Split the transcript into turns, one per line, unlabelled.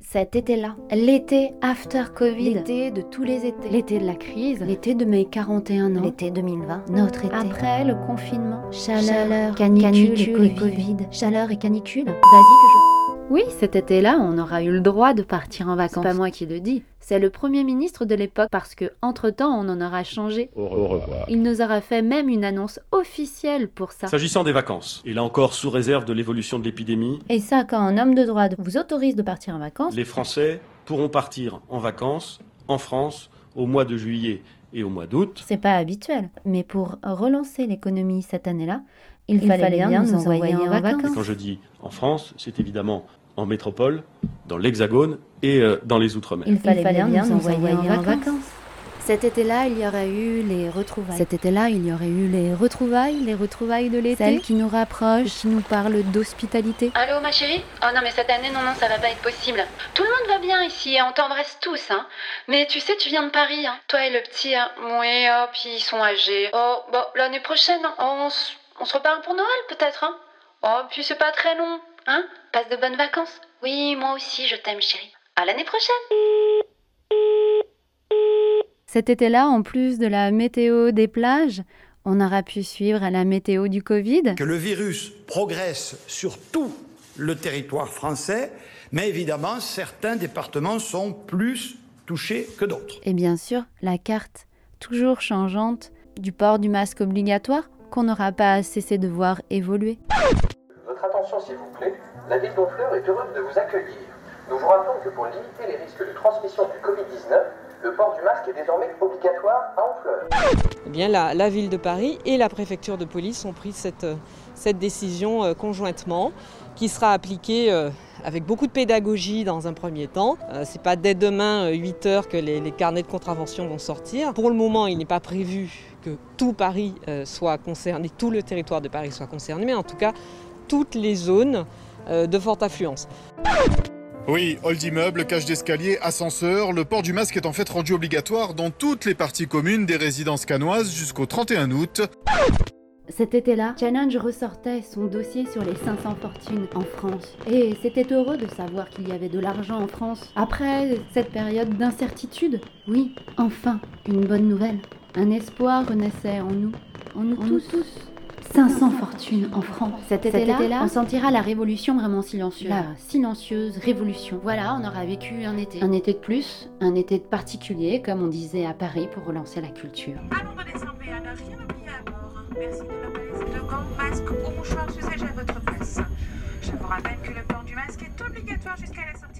cet été-là, l'été after Covid,
L'été de tous les étés.
l'été de la crise,
L'été de mes 41 ans.
l'été 2020, notre été.
Après le confinement.
Chaleur,
Chaleur,
canicule,
canicule
et
et
COVID. Chaleur et canicule.
Vas-y que je... Oui, cet été-là, on aura eu le droit de partir en vacances.
C'est
pas moi qui le dis. C'est le premier ministre de l'époque parce que, entre-temps, on en aura changé.
Au revoir.
Il nous aura fait même une annonce officielle pour ça.
S'agissant des vacances, et là encore sous réserve de l'évolution de l'épidémie,
Et ça, quand un homme de droite vous autorise de partir en vacances,
les Français pourront partir en vacances en France au mois de juillet et au mois d'août.
c'est pas habituel. Mais pour relancer l'économie cette année-là, il, fallait, bien, nous envoyer, en vacances.
Et quand je dis en France, c'est évidemment en métropole, dans l'Hexagone et euh, dans les Outre-mer.
Il fallait, bien, nous envoyer, en, vacances.
Cet été-là, il y aurait eu les retrouvailles. Cet été-là, il y aurait eu les retrouvailles, les retrouvailles de l'été. Celles qui nous rapprochent, qui nous parlent d'hospitalité.
Allô ma chérie Oh non mais cette année non non ça va pas être possible. Tout le monde va bien ici et on t'embrasse tous hein. Mais tu sais tu viens de Paris hein. Toi et le petit hein. Ouais oh, puis ils sont âgés. Oh bah l'année prochaine hein, on, s- on se reparle pour Noël peut-être hein. Oh puis c'est pas très long hein. Passe de bonnes vacances. Oui moi aussi je t'aime chérie. À l'année prochaine.
Cet été-là, en plus de la météo des plages, on aura pu suivre à la météo du Covid.
que le virus progresse sur tout le territoire français, mais évidemment, certains départements sont plus touchés que d'autres.
Et bien sûr, la carte, toujours changeante, du port du masque obligatoire qu'on n'aura pas cessé de voir évoluer.
Votre attention s'il vous plaît, la ville d'Honfleur est heureuse de vous accueillir. Nous vous rappelons que pour limiter les risques de transmission du Covid-19, le port du masque est désormais obligatoire à Honfleur.
Eh bien, la, la ville de Paris et la préfecture de police ont pris cette, euh, cette décision euh, conjointement, qui sera appliquée euh, avec beaucoup de pédagogie dans un premier temps. Euh, C'est pas dès demain euh, 8 heures que les, les carnets de contravention vont sortir. Pour le moment, il n'est pas prévu que tout Paris euh, soit concerné, tout le territoire de Paris soit concerné, mais en tout cas toutes les zones euh, de forte affluence.
Oui, hall d'immeuble, cage d'escalier, ascenseur, le port du masque est en fait rendu obligatoire dans toutes les parties communes des résidences canoises jusqu'au 31 août.
Cet été-là, Challenge ressortait son dossier sur les 500 fortunes en France. Et c'était heureux de savoir qu'il y avait de l'argent en France. Après cette période d'incertitude, oui, enfin, une bonne nouvelle. Un espoir renaissait en nous, en nous tous. 500 fortunes en France. Cet
Cet
été-là,
été-là,
on sentira la révolution vraiment silencieuse.
La
silencieuse révolution. Voilà, on aura vécu un été. Un été de plus, un été de particulier, comme on disait à Paris pour relancer la culture.
Allons redescendre à ne rien oublier à bord. Merci de ne pas laisser de gants, masques ou mouchoirs usagés à votre place. Je vous rappelle que le port du masque est obligatoire jusqu'à la sortie.